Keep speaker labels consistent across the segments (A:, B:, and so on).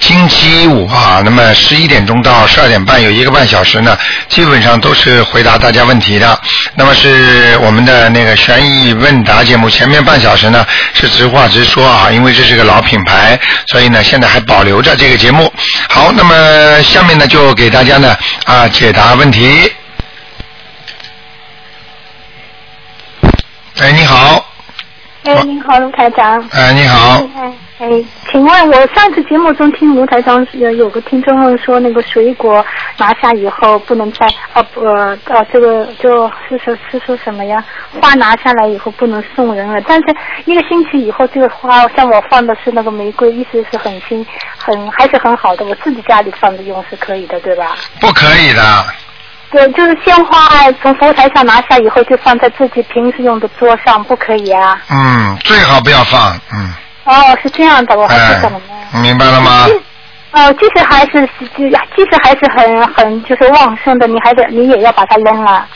A: 星期五啊，那么十一点钟到十二点半有一个半小时呢，基本上都是回答大家问题的。那么是我们的那个悬疑问答节目，前面半小时呢是直话直说啊，因为这是个老品牌，所以呢现在还保留着这个节目。好，那么下面呢就给大家呢啊解答问题。哎，你好，
B: 哎，您好，卢台长。
A: 哎，你好。
B: 哎，哎，请问我上次节目中听卢台长有有个听众问说，那个水果拿下以后不能再哦不呃哦这个就是说是说什么呀？花拿下来以后不能送人了，但是一个星期以后，这个花像我放的是那个玫瑰，一直是很新，很还是很好的，我自己家里放着用是可以的，对吧？
A: 不可以的，
B: 对，就是鲜花从佛台上拿下以后，就放在自己平时用的桌上，不可以啊。
A: 嗯，最好不要放，嗯，
B: 哦，是这样的，我还
A: 哎
B: 不懂啊呢。，
A: 明白了吗？
B: 哦，即使还是即即使还是很很就是旺盛的，你还得你也要把它扔啊了。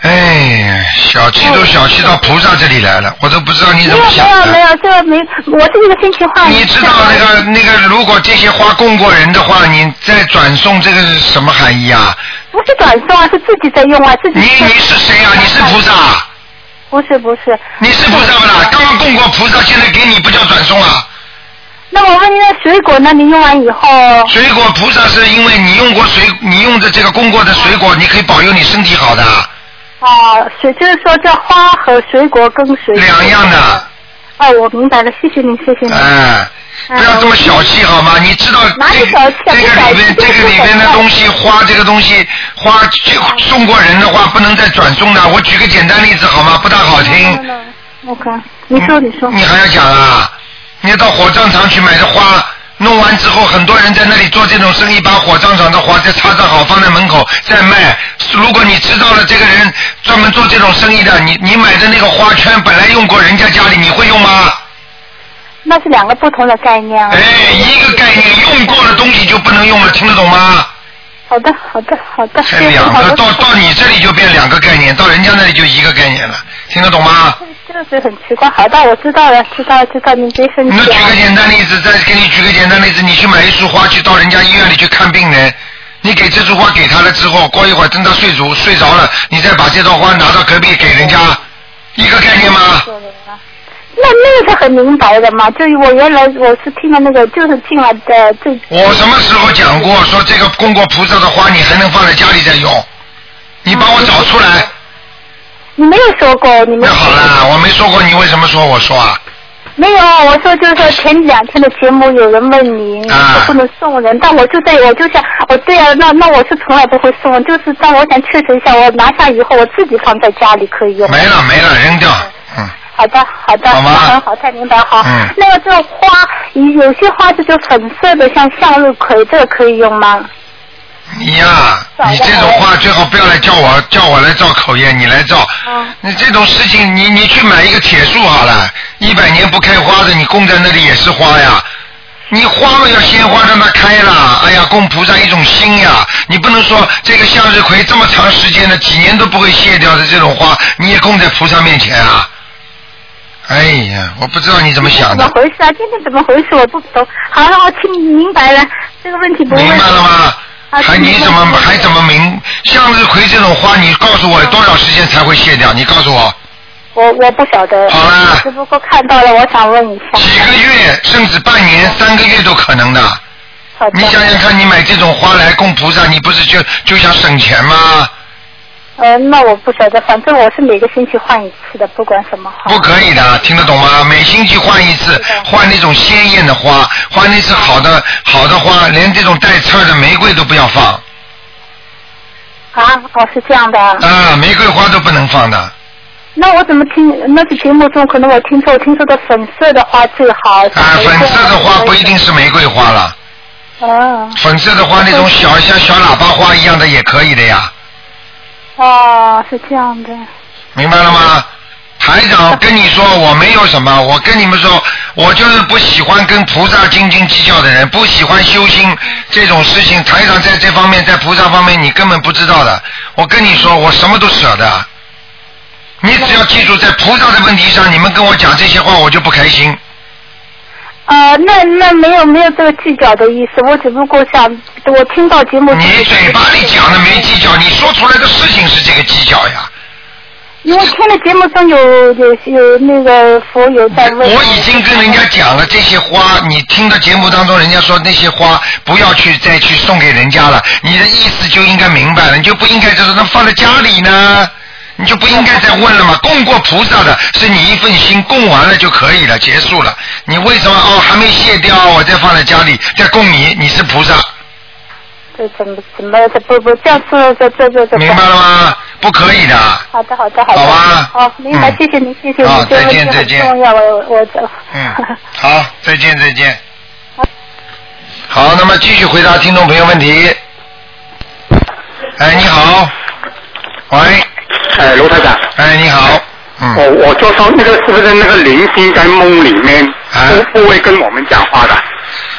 A: 哎，小气都小气到菩萨这里来了，我都不知道你
B: 没
A: 怎
B: 有
A: 么想
B: 没有没
A: 的。
B: 有，这没我这个星期换。
A: 你知道那个那个，如果这些花供过人的话，你再转送这个是什么含义啊？
B: 不是转送啊，是自己在用啊，自己
A: 你
B: 在。
A: 你是谁啊？你是菩萨？
B: 不是不是。
A: 你是菩萨不
B: 嗯
A: 啦？刚刚供过菩萨，现在给你不叫转送啊？
B: 那我问你，那水果呢？你用完以后，
A: 水果菩萨是因为你用过水，你用的这个供过的水
B: 哦
A: 果，你可以保佑你身体好的，
B: 啊，水就是说这花和水果跟水
A: 两样的。
B: 哦，我明白了，谢谢您，谢谢您。
A: 哎，不要这么小气好吗？你知道
B: 哎哪
A: 这
B: 里小气啊
A: 这个里边
B: 不
A: 这
B: 小气
A: 个里边的
B: 不小气
A: 东西，花这个东西花就送过人的话，不能再转送的。我举个简单例子好吗？不大好听。嗯
B: OK，你说你说。
A: 你还要讲啊？你到火葬场去买的花，弄完之后，很多人在那里做这种生意，把火葬场的花再插插好，放在门口再卖。如果你知道了这个人专门做这种生意的，你你买的那个花圈本来用过人家家里，你会用吗？
B: 那是两个不同的概念啊。
A: 哎，一个概念，用过的东西就不能用了，听得懂 吗？
B: 好的，好的，好的。
A: 还两
B: 好
A: 个，
B: 的
A: 到到你这里就变两个概念，到人家那里就一个概念了，听得懂吗？
B: 这个是很奇怪。好的，我知道了，知道知道，您别生
A: 你
B: 气
A: 举
B: 啊
A: 个。简单例子，再给你举个简单例子，你去买一束花去到人家医院里去看病人，你给这束花给他了之后，过一会儿等他睡着睡着了，你再把这朵花拿到隔壁给人家，一个概念吗？
B: 那那个是很明白的嘛，就是我原来我是听了那个，就是进来的最
A: 我什么时候讲过说这个供过菩萨的花你还能放在家里再用？你帮我找出来。
B: 你没有说过，你没
A: 那
B: 有
A: 好啦，我没说过，你为什么说我说啊？
B: 没有，我说就是说前两天的节目有人问你，你
A: 啊
B: 说不能送人，但我就在我就想，我对啊，那那我是从来不会送人，就是但我想确实一下，我拿下以后我自己放在家里可以用。
A: 没了没了，扔掉。嗯，
B: 好的，好的，
A: 好吗
B: 很好，太明白好。
A: 嗯
B: 那个这种花，有些花是就粉色的，像向日葵，这个可以用吗？
A: 你呀、你这种话最好不要来叫我，叫我来造口业，你来造。
B: 嗯
A: 你这种事情，你你去买一个铁树好了，一百年不开花的，你供在那里也是花呀。你花了要鲜花让它开了，哎呀，供菩萨一种心呀。你不能说这个向日葵这么长时间的，几年都不会谢掉的这种花，你也供在菩萨面前啊。哎呀，我不知道你怎么想
B: 怎么
A: 的，
B: 回事啊？今天怎么回事？我不懂。好了，我听明白了，这个问题不问。
A: 明白了吗？
B: 啊
A: 还你怎
B: 明
A: 么
B: 白
A: 还怎么明？向日葵这种花，你告诉我多少时间才会谢掉？你告诉我，
B: 我我不晓得。
A: 好了
B: 只不过看到了，我想问一下。
A: 几个月甚至半年、三个月都可能的。
B: 好的
A: 你。想想看，你买这种花来供菩萨，你不是就就想省钱吗？
B: 呃，那我不晓得，反正我是每个星期换一次的，不管什么花。
A: 不可以的，听得懂吗？每星期换一次，换那种鲜艳的花，换那次好的好的花，连这种带刺儿的玫瑰都不要放
B: 啊，哦，是这样的啊。
A: 啊，玫瑰花都不能放的。
B: 那我怎么听？那是节目中可能我听错，我听说的粉色的花最好。啊
A: 啊，粉色的花不一定。是玫瑰花了。
B: 哦
A: 粉色的花那种小像小喇叭花一样的也可以的呀，
B: 啊哦，是这样的。
A: 明白了吗？台长跟你说，我没有什么，我跟你们说，我就是不喜欢跟菩萨斤斤计较的人，不喜欢修心这种事情。台长在这方面，在菩萨方面，你根本不知道的。我跟你说，我什么都舍得。你只要记住，在菩萨的问题上，你们跟我讲这些话，我就不开心。
B: 呃，那那没有没有这个计较的意思，我只不过想，我听到节目。
A: 你嘴巴里讲的没计较，你说出来的事情是这个计较呀。
B: 因为听了节目中有有有那个佛友在问。
A: 我已经跟人家讲了这些花，你听的节目当中，人家说那些花不要去再去送给人家了，你的意思就应该明白了，你就不应该就是那放在家里呢，你就不应该再问了嘛。供过菩萨的是你一份心，供完了就可以了，结束了。你为什么哦还没卸掉，我再放在家里再供你？你是菩萨。
B: 这怎么怎么这不不这样说这这这这
A: 明白了吗？不可以的。
B: 好的好的好的。
A: 好吧。嗯
B: 好，明白，谢谢您，谢谢您，
A: 好
B: 这个
A: 再见
B: 问题
A: 再
B: 很
A: 见
B: 重要，我我走。
A: 嗯，好，再见再见。好，那么继续回答听众朋友问题。哎，你好，喂，
C: 哎，罗台长，
A: 哎，你好，
C: 我、
A: 嗯，
C: 我就说那个是不是那个灵性在梦里面
A: 啊
C: 不不会跟我们讲话的？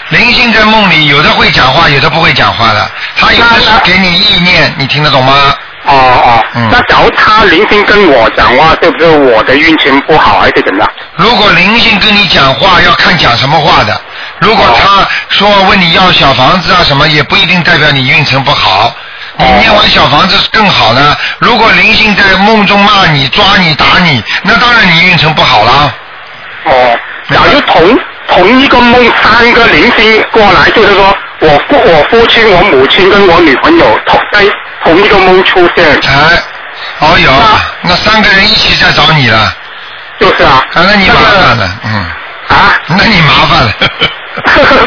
A: 灵性在梦里，有的会讲话，有的不会讲话的，他有的是给你意念，你听得懂吗？
C: 哦哦，
A: 嗯
C: 那假如他灵性跟我讲话，是不是我的运气不好还是怎么样？
A: 如果灵性跟你讲话，要看讲什么话的。如果他说问你要小房子啊什么，也不一定代表你运程不好。你
C: 哦
A: 念完小房子更好呢。如果灵性在梦中骂你、抓你、打你，那当然你运程不好啦。
C: 哦，
A: 嗯
C: 假如同同一个梦三个灵性过来，就是说我父我父亲、我母亲跟我女朋友同在同一个梦出现，
A: 哎，哦有，那三个人一起在找你了，啊，
C: 就是啊。
A: 那你麻烦
C: 个
A: 了，嗯，
C: 啊？
A: 那你麻烦了。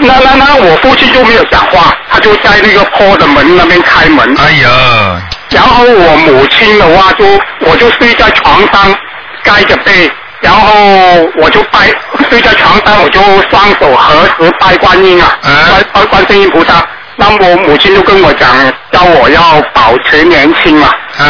C: 那那那我父亲就没有讲话，他就在那个坡的门那边开门。
A: 哎呦，
C: 然后我母亲的话就我就睡在床上盖着被，然后我就拜睡在床上，我就双手合十拜观音啊，
A: 嗯
C: 拜拜观世音菩萨。那我母亲就跟我讲，叫我要保持年轻嘛。
A: 哎，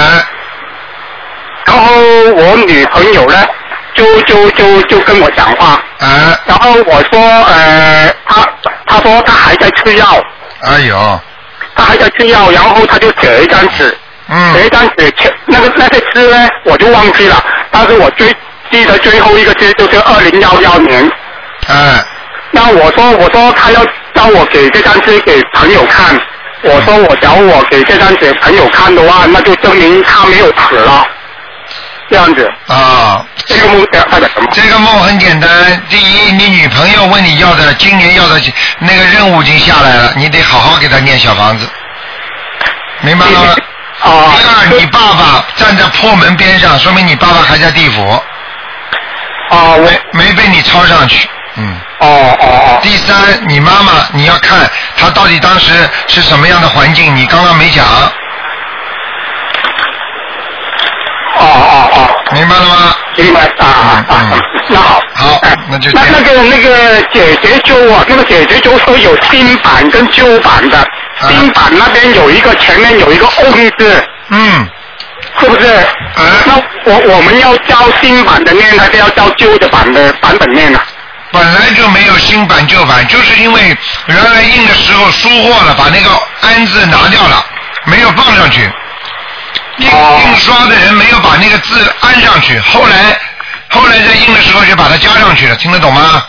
C: 然后我女朋友呢，就就就就跟我讲话，
A: 哎，
C: 然后我说呃，她她说她还在吃药，
A: 哎呦，
C: 她还在吃药，然后她就写了一张纸。写一
A: 嗯，
C: 张纸，前那个那个字呢，我就忘记了，但是我最记得最后一个字就是二零幺幺年。
A: 哎，
C: 那我说我说他要叫我给这张字给朋友看，我说我假如我给这张纸朋友看的话，那就证明他没有死了。这样子，
A: 啊，
C: 这个梦代代表什么？
A: 这个梦很简单，第一，你女朋友问你要的今年要的那个任务已经下来了，你得好好给她念小房子，明白了吗？第
C: 啊，
A: 二，你爸爸站在破门边上，说明你爸爸还在地府，
C: 啊，我
A: 没没被你抄上去。嗯。
C: 哦哦
A: 第三，你妈妈你要看她到底当时是什么样的环境，你刚刚没讲，
C: 哦哦哦哦。
A: 明白了吗？
C: 明白啊啊啊！那好，
A: 好
C: 哎
A: 那就这
C: 那
A: 样
C: 那个那个姐姐灸啊，那个姐姐灸说有新版跟旧版的，新版那边有一个前面有一个翁字，
A: 嗯，
C: 是不是？
A: 嗯
C: 那我我们要教新版的念，还是要教旧的版的版本念呢？啊
A: 本来就没有新版旧版，就是因为原来印的时候疏忽了，把那个安字拿掉了，没有放上去。印
C: 哦
A: 印刷的人没有把那个字安上去，后来后来在印的时候就把它加上去了，听得懂吗？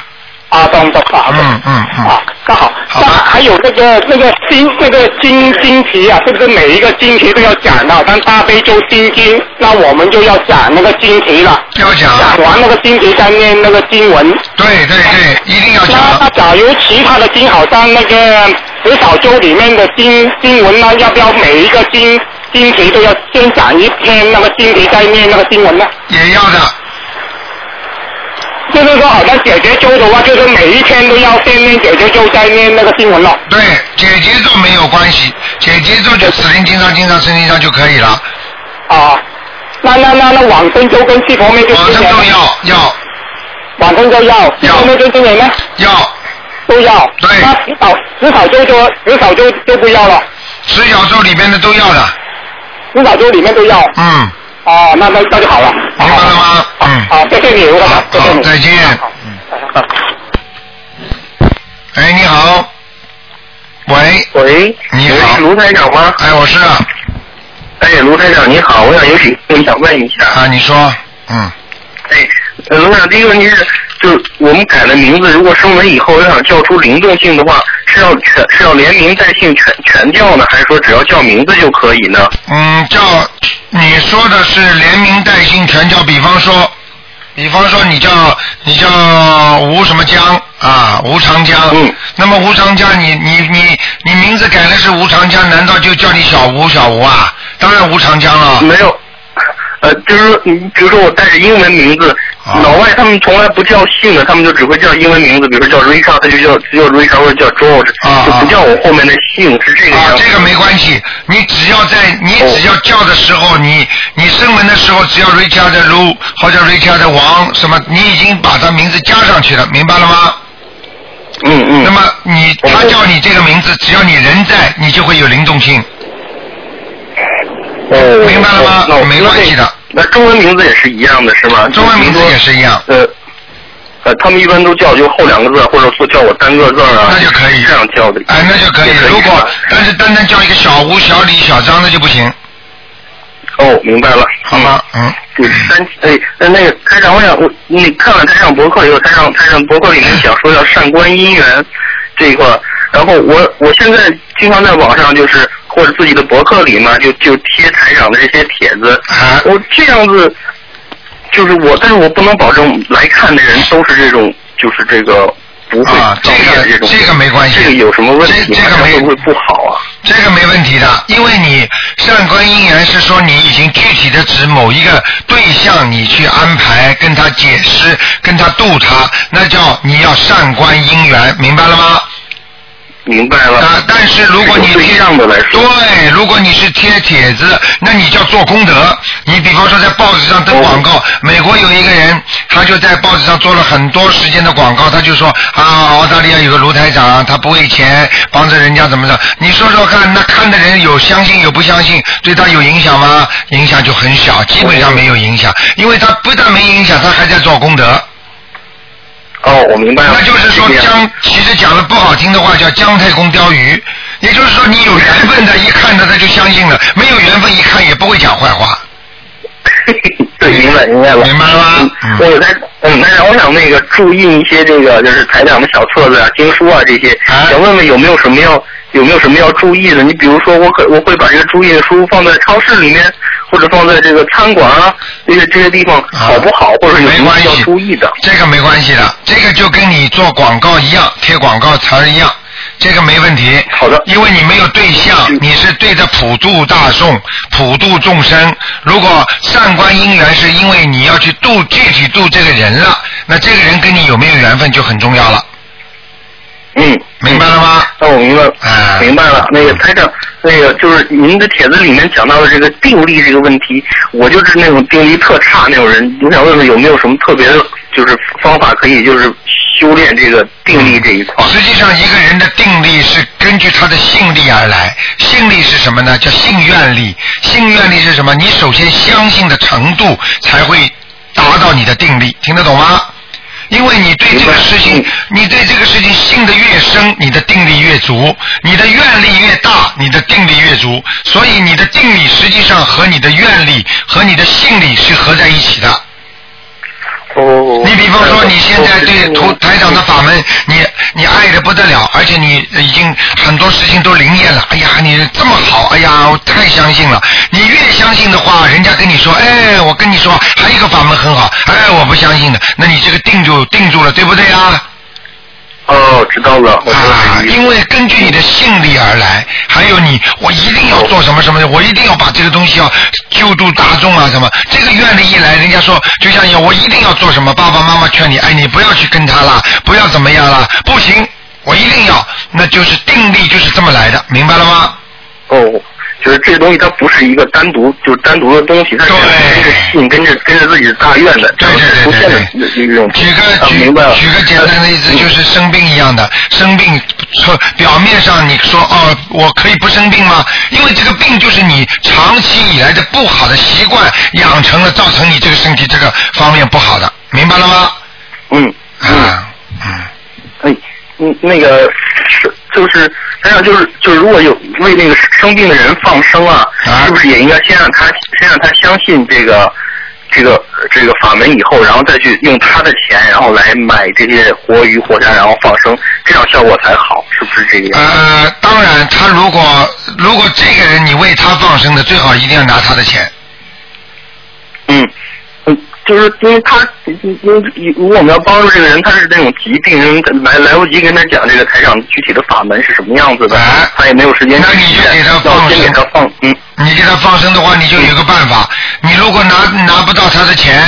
C: 啊，懂懂啊。懂
A: 嗯嗯
C: 啊
A: 嗯，，
C: 那好，
A: 好
C: 那
A: 吧
C: 还有那个那个经那个经经题啊，是不是每一个经题都要讲到？但大悲咒心经，那我们就要讲那个经题了。
A: 要讲，
C: 讲完那个经题再念那个经文。
A: 对对对，一定要
C: 那那
A: 讲。
C: 假如其他的经，好像那个十小咒里面的经经文呢，要不要每一个经经题都要先讲一篇那个经题，再念那个经文呢？
A: 也要的，
C: 就是说，好像姐姐咒的话，啊就是每一天都要先念姐姐咒，再念那个经文了。
A: 对，姐姐咒没有关系，姐姐咒就死灵经上、经上、圣经上就可以了。
C: 啊，那那那那往生咒跟七佛面就
A: 往
C: 今
A: 生
C: 年
A: 咒，要要
C: 往生咒要，七佛面就今年呢
A: 要，
C: 都要。
A: 对
C: 那十少十少咒就十少咒就不要了，
A: 十小咒里面的都要的，
C: 十少咒里面都要。啊
A: 嗯。
D: 哦，那那那就好了。
A: 明白了吗？嗯，
D: 好，谢谢你，卢台
A: 好
D: 长，谢谢
A: 好
D: 你。
A: 再见。
D: 好
A: 嗯，
D: 好
A: 哎，你好，喂，
C: 喂，
A: 你好
C: 喂是卢台长吗？
A: 哎，我是啊，
C: 哎，卢台长你好，我想有几个问题想问一下。
A: 啊，你说，嗯，
C: 哎，呃卢台长，第一个问题是，就是我们改了名字，如果升文以后要想叫出灵动性的话，是要全是要连名带姓全全叫呢，还是说只要叫名字就可以呢？
A: 嗯，叫你说的是连名带姓全叫，比方说，比方说你叫你叫吴什么江啊，吴长江。
C: 嗯。
A: 那么吴长江，你你你你名字改的是吴长江，难道就叫你小吴小吴啊？当然吴长江了。
C: 没有，呃，就是说你比如说我带着英文名字，
A: 啊
C: 老外他们从来不叫姓的，他们就只会叫英文名字，比如说叫 Richard，他就叫只叫 Richard 或者叫 George，、
A: 啊
C: 就
A: 啊
C: 不叫我后面的姓，是这个
A: 啊
C: 样，子。
A: 这个没关系，你只要在你
C: 哦
A: 只要叫的时候，你你声纹的时候，只要 Richard Lu 或者 Richard 王什么，你已经把他名字加上去了，明白了吗？
C: 嗯嗯。
A: 那么你
C: 哦
A: 他叫你这个名字，只要你人在，你就会有灵动性。
C: 哦，
A: 明白了吗
C: 那我
A: 没关系的。
C: 那中文名字也是一样的，是吗？
A: 中文名字也。是一样，
C: 呃，呃，他们一般都叫就后两个字，或者说叫我单个字儿啊。
A: 那就可以
C: 这样叫的。
A: 哎，那就可以
C: 嗯也。
A: 如
C: 是
A: 果
C: 吧
A: 但是单单叫一个小吴、小李、小张，那就不行，
C: 哦，明白了，
A: 好吗？嗯。
C: 对，但哎，但那个台长，我想我你看了台长博客以后，台长台长博客里面讲说要善观姻缘这一块儿，然后我我现在经常在网上就是或者自己的博客里嘛，就就贴台长的这些帖子，
A: 啊，
C: 我这样子，就是我，但是我不能保证来看的人都是这种，就是这个不会
A: 啊这
C: 照
A: 个
C: 面的这种，
A: 这个没关系
C: 这个有什么问题
A: 这
C: 吗？
A: 这个没
C: 会不会不好啊？
A: 这个没问题的，因为你善观因缘是说你已经具体的指某一个对象，你去安排跟他解释，跟他度他，那叫你要善观因缘，明白了吗？
C: 明白了。
A: 啊，但是如果你
C: 对
A: 贴
C: 样的来说，
A: 对，如果你是贴帖子，那你叫做功德。你比方说在报纸上登广
C: 哦
A: 告，美国有一个人，他就在报纸上做了很多时间的广告，他就说啊，澳大利亚有个卢台长，他不为钱帮着人家怎么着？你说说看，那看的人有相信有不相信，对他有影响吗？影响就很小，基本上没有影响，因为他不但没影响，他还在做功德。
C: 哦，我明白了。
A: 那就是说
C: 这个样
A: 姜，其实讲的不好听的话叫姜太公钓鱼，也就是说你有缘分的，一看到他就相信了；没有缘分，一看也不会讲坏话。
C: 对，明白明白了，
A: 明白了吗嗯
C: 嗯我有在，嗯，但是我想那个注意一些这个就是台长的小册子啊、经书啊这些
A: 啊，
C: 想问问有没有什么要有没有什么要注意的？你比如说，我可我会把这个注意的书放在超市里面，或者放在这个餐馆啊这些这些地方，好不好？或者有
A: 啊没
C: 什么
A: 关系
C: 要注意的？
A: 这个没关系的，这个就跟你做广告一样，贴广告词儿一样，这个没问题。
C: 好的嗯
A: 因为你没有对象，你是对着普度大众、普度众生。如果上观因缘，是因为你要去度具体度这个人了，那这个人跟你有没有缘分就很重要了，
C: 嗯，
A: 明白了吗？
C: 那我明白了，
A: 哎
C: 明白了。那个台长，那个就是您的帖子里面讲到的这个定力这个问题，我就是那种定力特差那种人。我想问问有没有什么特别的，就是方法可以就是修炼这个定力这一块？
A: 实际上，一个人的定力是根据他的信力而来。信力是什么呢？叫信愿力。信愿力是什么？你首先相信的程度才会达到你的定力，听得懂吗？因为你对这个事情
C: 明，
A: 你对这个事情信的越深，你的定力越足，你的愿力越大，你的定力越足。所以你的定力实际上和你的愿力和你的信力是合在一起的。
C: 哦
A: 你比方说，你现在对图台长的法门，你你爱的不得了，而且你呃已经很多事情都灵验了。哎呀，你这么好，哎呀，我太相信了。你越相信的话，人家跟你说，哎，我跟你说，还有一个法门很好，哎，我不相信的，那你这个定就定住了，对不对啊？
C: 哦，知道了，我知道
A: 啊，
C: 这个意思
A: 因为根据你的信力而来，还有你，我一定要做什么什么的，我一定要把这个东西要救助大众啊什么。这个愿力一来，人家说就像有我一定要做什么，爸爸妈妈劝你，哎，你不要去跟他啦，不要怎么样啦，不行，我一定要，那就是定力就是这么来的，明白了吗？
C: 哦，就是这个东西它不是一个单独就是单独的东西，它是跟着信跟着跟着自己的大愿的，
A: 对对
C: 出
A: 对
C: 现
A: 对
C: 的一种。
A: 举个
C: 啊
A: 举
C: 明白了嗯
A: 举个简单的例子，就是生病一样的，生病说表面上你说哦，我可以不生病吗？因为这个病就是你长期以来的不好的习惯养成了，造成你这个身体这个方面不好的，明白了吗？
C: 嗯嗯，
A: 啊，嗯，
C: 哎，嗯，那个是就是，还有就是就是，如果有为那个生病的人放生啊，
A: 啊
C: 是不是也应该先让他先让他相信这个这个这个法门以后，然后再去用他的钱，然后来买这些活鱼活虾，然后放生，这样效果才好，是不是这个样？
A: 呃，当然，他如果如果这个人你为他放生的，最好一定要拿他的钱。
C: 嗯，嗯，就是因为他，嗯因为如果我们要帮助这个人，他是那种疾病，人来来不及跟他讲这个台长具体的法门是什么样子的，
A: 哎
C: 他也没有时间
A: 那
C: 去
A: 你就
C: 体验
A: 给他
C: 那我
A: 放
C: 先
A: 生
C: 给他放，嗯，
A: 你给他放生的话，你就有个办法。你如果拿拿不到他的钱，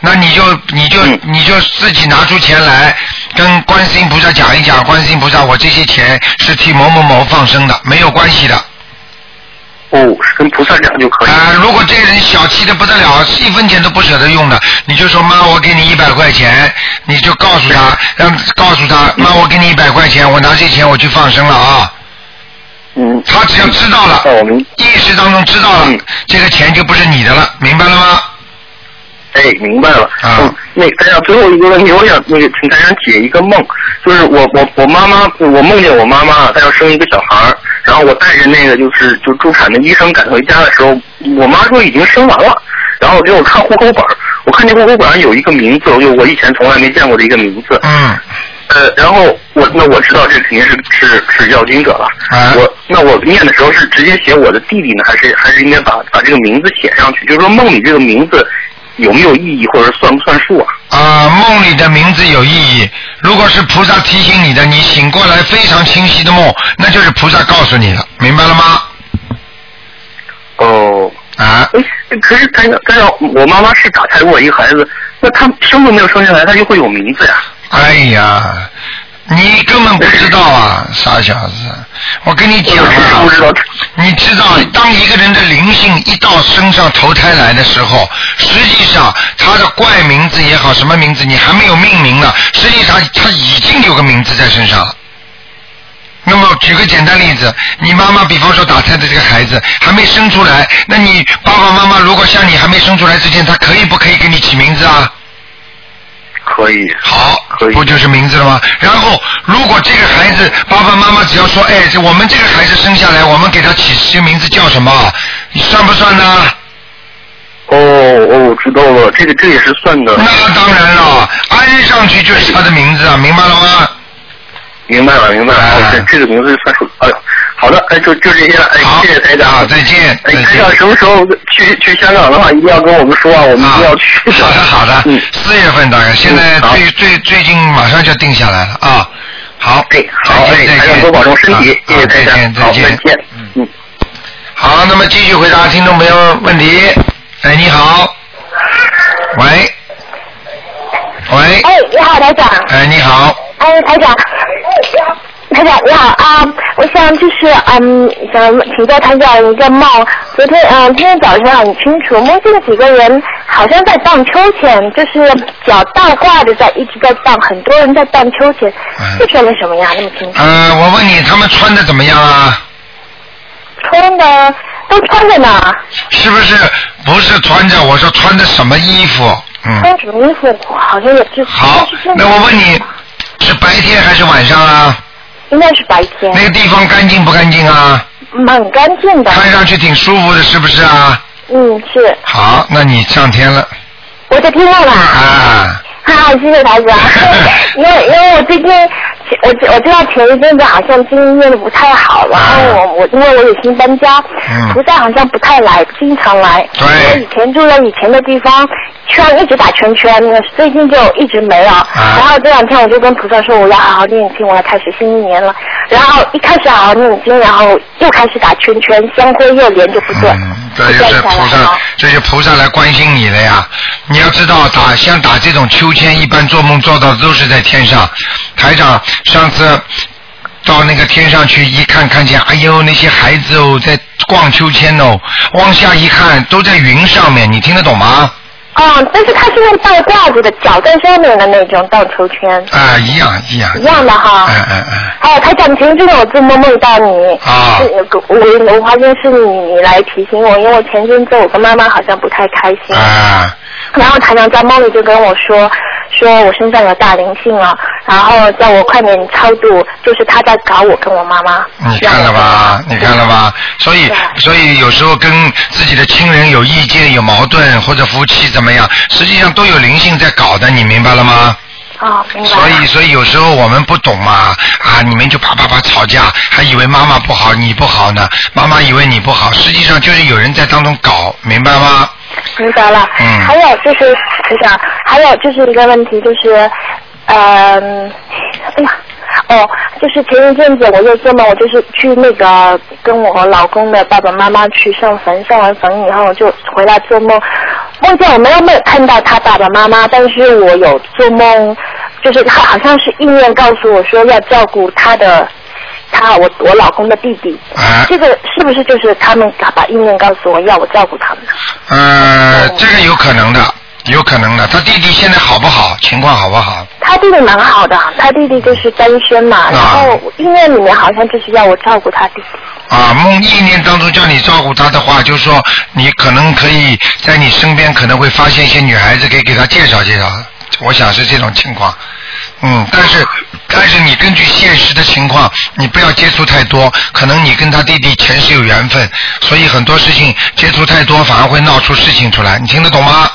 A: 那你就你就
C: 嗯
A: 你就自己拿出钱来，跟观世音菩萨讲一讲，观世音菩萨，我这些钱是替某某某放生的，没有关系的。
C: 哦，是跟菩萨讲就可以。
A: 啊、如果这个人小气的不得了，一分钱都不舍得用的，你就说妈，我给你一百块钱，你就告诉
C: 嗯
A: 他，让告诉他，妈，我给你一百块钱，我拿这钱我去放生了啊。
C: 嗯，
A: 他只要知道了
C: 那，我们，
A: 意识当中知道了
C: 哦嗯，
A: 这个钱就不是你的了，明白了吗？
C: 哎，明白了。
A: 啊
C: 嗯，那台长最后一个问题，我想那个请台长解一个梦，就是我我我妈妈，我梦见我妈妈她要生一个小孩儿，然后我带着那个就是就助产的医生赶回家的时候，我妈说已经生完了，然后给我看户口本儿，我看见户口本上有一个名字，就我以前从来没见过的一个名字，
A: 嗯，
C: 呃，然后我那我知道这肯定是是是要经者了。
A: 啊
C: 我那我念的时候是直接写我的弟弟呢，还是还是应该把把这个名字写上去？就是说梦里这个名字有没有意义，或者算不算数啊？
A: 啊、梦里的名字有意义。如果是菩萨提醒你的，你醒过来非常清晰的梦，那就是菩萨告诉你了，明白了吗？
C: 哦，
A: 啊，
C: 哎，可是但是但是我妈妈是打胎过一个孩子，那她生都没有生下来，她就会有名字呀、
A: 哎呀，你根本不知道啊，傻小子！我跟你
C: 我
A: 讲
C: 是
A: 啊
C: 不，知道。
A: 你知道，当一个人的灵性一到身上投胎来的时候，实际上他的怪名字也好，什么名字你还没有命名呢，实际上他已经有个名字在身上了。那么举个简单例子，你妈妈比方说打胎的这个孩子还没生出来，那你爸爸妈妈如果像你还没生出来之前，他可以不可以给你起名字啊？
C: 可以。
A: 好
C: 可，以
A: 不就是名字了吗？然后，如果这个孩子爸爸妈妈只要说，哎，这我们这个孩子生下来，我们给他起这个名字叫什么啊？你算不算呢？
C: 哦哦，知道了，这个这也是算的。
A: 那当然了，安上去就是他的名字啊，明白了吗？
C: 明白了，明白了。
A: 哎
C: 哦，这这个名字算数。哎呦，好的，哎，就就这些了。哎
A: 好，，
C: 谢谢台长。
A: 好再见，
C: 哎，
A: 再
C: 台
A: 见
C: 长。什么时候去去香港的话，一定要跟我们说啊，我们一定要去。
A: 啊好的，好的
C: 嗯，，
A: 四月份大概，现在
C: 嗯好
A: 最最最近马上就定下来了啊。好，
C: 哎，好，
A: 再
C: 哎，
A: 见
C: 台
A: 再
C: 长
A: 见
C: 多保重身体
A: 啊，
C: 谢谢
A: 啊
C: 台
A: 再见，
C: 长。好，
A: 再
C: 再
A: 见。
C: 见。嗯。
A: 好，那么继续回答听众朋友问题。哎，你好，喂，喂，
B: 哎，你好，台长。
A: 哎，你好，
B: 哎，台长。
A: 哎
B: 台长你好啊、我想就是嗯，想请教台长一个梦。昨天嗯，今天早上很清楚，梦见几个人好像在荡秋千，就是脚倒挂着在一直在荡，很多人在荡秋千
A: 嗯，
B: 是说明什么呀？那么清楚，
A: 呃，我问你，他们穿的怎么样啊？
B: 穿的都穿着呢，
A: 是不是不是穿着？我说穿的什么衣服？嗯，
B: 穿什么衣服？好像也是。
A: 好
B: 应该是正，
A: 那我问你，是白天还是晚上啊？
B: 应该是白天，
A: 那个地方干净不干净啊？
B: 蛮干净的。
A: 看上去挺舒服的，是不是啊？
B: 嗯，是。
A: 好，那你上天了
B: 我在听到啦。
A: 啊？
B: 好，谢谢 台长。因为因为我最近，我知我知道前一阵子好像经营业的不太好，然后我我因为我也新搬家
A: 嗯，
B: 菩萨好像不太来，不经常来。
A: 对
B: 我以前住在以前的地方，圈一直打圈圈，最近就一直没了。
A: 啊
B: 然后这两天我就跟菩萨说我要好好念经，我要开始新一年了。然后一开始好好念经，然后又开始打圈圈，香灰又连就不对，
A: 嗯，这
B: 不
A: 就
B: 断
A: 是
B: 下
A: 菩
B: 来
A: 萨
B: 了。，
A: 这是菩萨来关心你了呀。你要知道，打像打这种秋千，一般做梦做到的都是在天上。台长上次到那个天上去一看，看见，哎呦，那些孩子哦，在逛秋千哦，往下一看都在云上面，你听得懂吗？
B: 嗯，但是他是用倒挂着的，脚在上面的那种倒秋千，
A: 啊，一样一样。
B: 一样的哈。
A: 嗯嗯嗯。
B: 哦，台长，前一阵子我做梦梦到你，
A: 啊
B: 是我我发现是你你来提醒我，因为我前阵子我跟妈妈好像不太开心，
A: 啊
B: 然后台长在梦里就跟我说，说我身上有大灵性啊，然后叫我快点超度，就是他在搞我跟我妈妈。
A: 你啊看了吧？你看了吧？所以
B: 对，
A: 所以有时候跟自己的亲人有意见、有矛盾，或者夫妻怎么样，实际上都有灵性在搞的，你明白了吗？
B: 啊、哦，明白了。
A: 所以，所以有时候我们不懂嘛，啊，你们就啪啪啪吵架，还以为妈妈不好，你不好呢，妈妈以为你不好，实际上就是有人在当中搞，明白吗？
B: 明白了。
A: 嗯
B: 还有就是，我想，还有就是一个问题就是，嗯、哎呀。哦，就是前一阵子我又做梦，我就是去那个跟我老公的爸爸妈妈去上坟，上完坟以后我就回来做梦，梦见我没有没有看到他爸爸妈妈，但是我有做梦，就是他好像是意念告诉我说要照顾他的，他我我老公的弟弟，
A: 啊，
B: 这个是不是就是他们把意念告诉我要我照顾他们？
A: 呃，这个有可能的，有可能的。他弟弟现在好不好？情况好不好？
B: 他弟弟蛮好的，他弟弟就是单身嘛，
A: 啊
B: 然后意念里面好像就是要我照顾他弟弟。
A: 啊，梦意念当中叫你照顾他的话，就是说你可能可以在你身边可能会发现一些女孩子，可以给他介绍介绍。我想是这种情况。嗯，但是但是你根据现实的情况，你不要接触太多，可能你跟他弟弟前世有缘分，所以很多事情接触太多反而会闹出事情出来，你听得懂吗？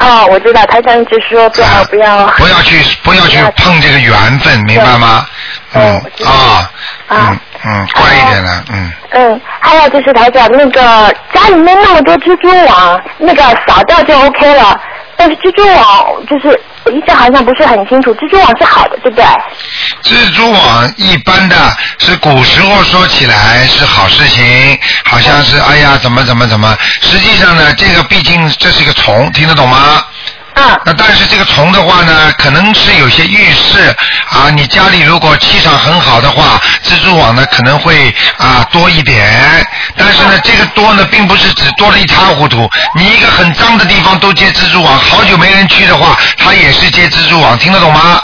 B: 哦，我知道，台长一直说最好
A: 啊
B: 不要。
A: 不要去不要去
B: 不要
A: 碰这个缘分，明白吗？
B: 对
A: 嗯
B: 我知道
A: 啊，嗯
B: 啊
A: 嗯，乖一点了，嗯。
B: 嗯，还有就是台长，那个家里面那么多蜘蛛网，那个扫掉就 OK 了。但是蜘蛛网就是我一直好像不是很清楚，蜘蛛网是好的，对不对？
A: 蜘蛛网一般的是古时候说起来是好事情，好像是哎呀怎么怎么怎么，实际上呢，这个毕竟这是一个虫，听得懂吗？
B: 嗯
A: 那但是这个虫的话呢，可能是有些预示啊，你家里如果气场很好的话，蜘蛛网呢可能会啊多一点，但是呢，这个多呢并不是只多的一塌糊涂，你一个很脏的地方都接蜘蛛网，好久没人去的话，它也是接蜘蛛网，听得懂吗？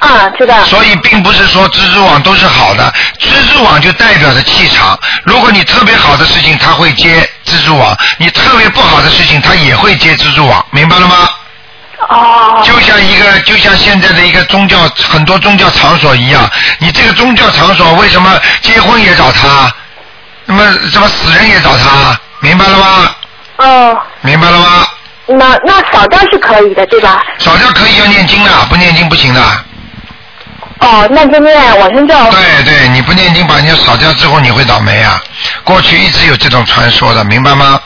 B: 嗯，知道。
A: 所以并不是说蜘蛛网都是好的，蜘蛛网就代表着气场。如果你特别好的事情，它会接蜘蛛网；你特别不好的事情，它也会接蜘蛛网，明白了吗？
B: 哦
A: 就像一个，就像现在的一个宗教，很多宗教场所一样，你这个宗教场所为什么结婚也找他，那么什么死人也找他，明白了吗？
B: 哦，
A: 明白了吗？
B: 那那扫掉是可以的，对吧？
A: 少掉可以要念经的，不念经不行的。
B: 哦，那就念往生咒。
A: 对对，你不念经把人家扫掉之后，你会倒霉啊！过去一直有这种传说的，明白吗？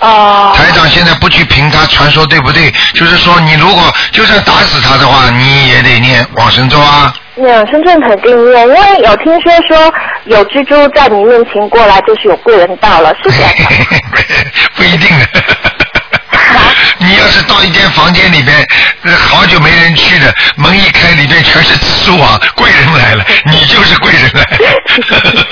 B: 哦。
A: 台长现在不去评他传说对不对，就是说你如果就算打死他的话，你也得念往生咒 啊。
B: 嗯，深圳肯定念，因为有听说说有蜘蛛在你面前过来，就是有贵人到了，是 这样的。
A: 不一 定的。啊你要是到一间房间里边，呃好久没人去的，门一开，里面全是蜘蛛网，贵人来 了，你就是贵人来了，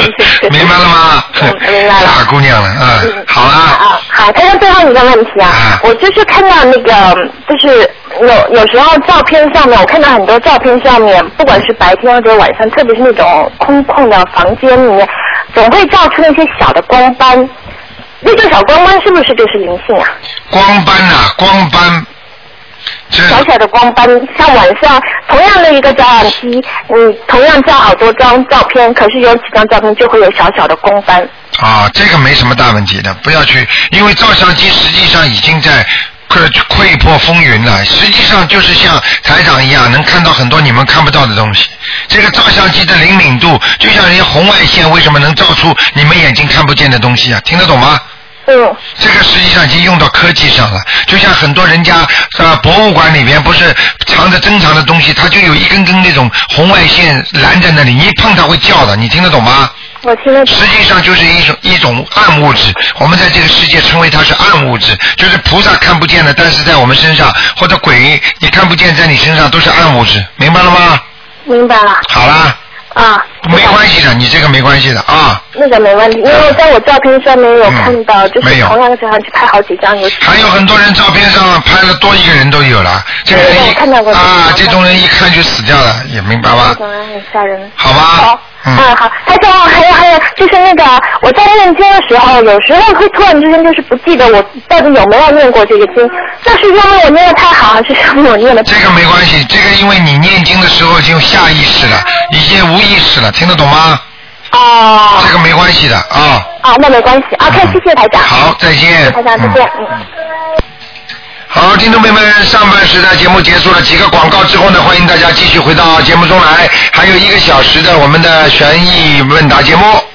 A: 明白了吗？
B: 嗯明白了
A: 傻姑娘了，嗯，好啦。
B: 啊，好，再问最后一个问题啊，
A: 啊
B: 我就是看到那个，就是有有时候照片上面，我看到很多照片上面，不管是白天或者晚上，特别是那种空旷的房间里面，总会照出那些小的光斑。那个小光斑是不是就是灵性啊？
A: 光斑呐、光斑，这
B: 小小的光斑，像晚上同样的一个照相机，嗯，同样照好多张照片，可是有几张照片就会有小小的光斑。
A: 啊，这个没什么大问题的，不要去，因为照相机实际上已经在。溃溃破风云了，实际上就是像台长一样，能看到很多你们看不到的东西。这个照相机的灵敏度，就像人家红外线为什么能照出你们眼睛看不见的东西啊？听得懂吗？
B: 嗯，
A: 这个实际上已经用到科技上了，就像很多人家呃博物馆里面不是藏着珍藏的东西，它就有一根根那种红外线拦在那里，你一碰它会叫的，你听得懂吗？
B: 我听得懂。
A: 实际上就是一种一种暗物质，我们在这个世界称为它是暗物质，就是菩萨看不见的，但是在我们身上或者鬼你看不见在你身上都是暗物质，明白了吗？
B: 明白了。
A: 好啦，
B: 啊、啊，
A: 没关系的，你这个没关系的啊。
B: 那个没问题，因为在我照片上面有看到，
A: 嗯
B: 就是
A: 没有
B: 同样的小孩去拍好几张，有
A: 还有很多人照片上拍了多一个人都有了，这个人
B: 对
A: 一
B: 我看到过
A: 啊，这
B: 这种
A: 种人一看就死掉了，也明白吗
B: 那？种人很吓人。
A: 好吧。
B: 好，
A: 嗯
B: 嗯，好，台长，还有还有，就是那个我在念经的时候，有时候会突然之间就是不记得我到底有没有念过这个经，这是因为我念的太好，还是因为我念的
A: 这个没关系，这个因为你念经的时候就下意识了，已经无意识了，听得懂吗？
B: 哦
A: 这个没关系的啊。
B: 啊，那没关系，OK，
A: 嗯
B: 谢谢台长，
A: 好，再
B: 谢谢
A: 见。
B: 台长，再见，
A: 嗯
B: 嗯。
A: 好，听众朋友们，上半时的节目结束了，几个广告之后呢，欢迎大家继续回到节目中来，还有一个小时的我们的悬疑问答节目。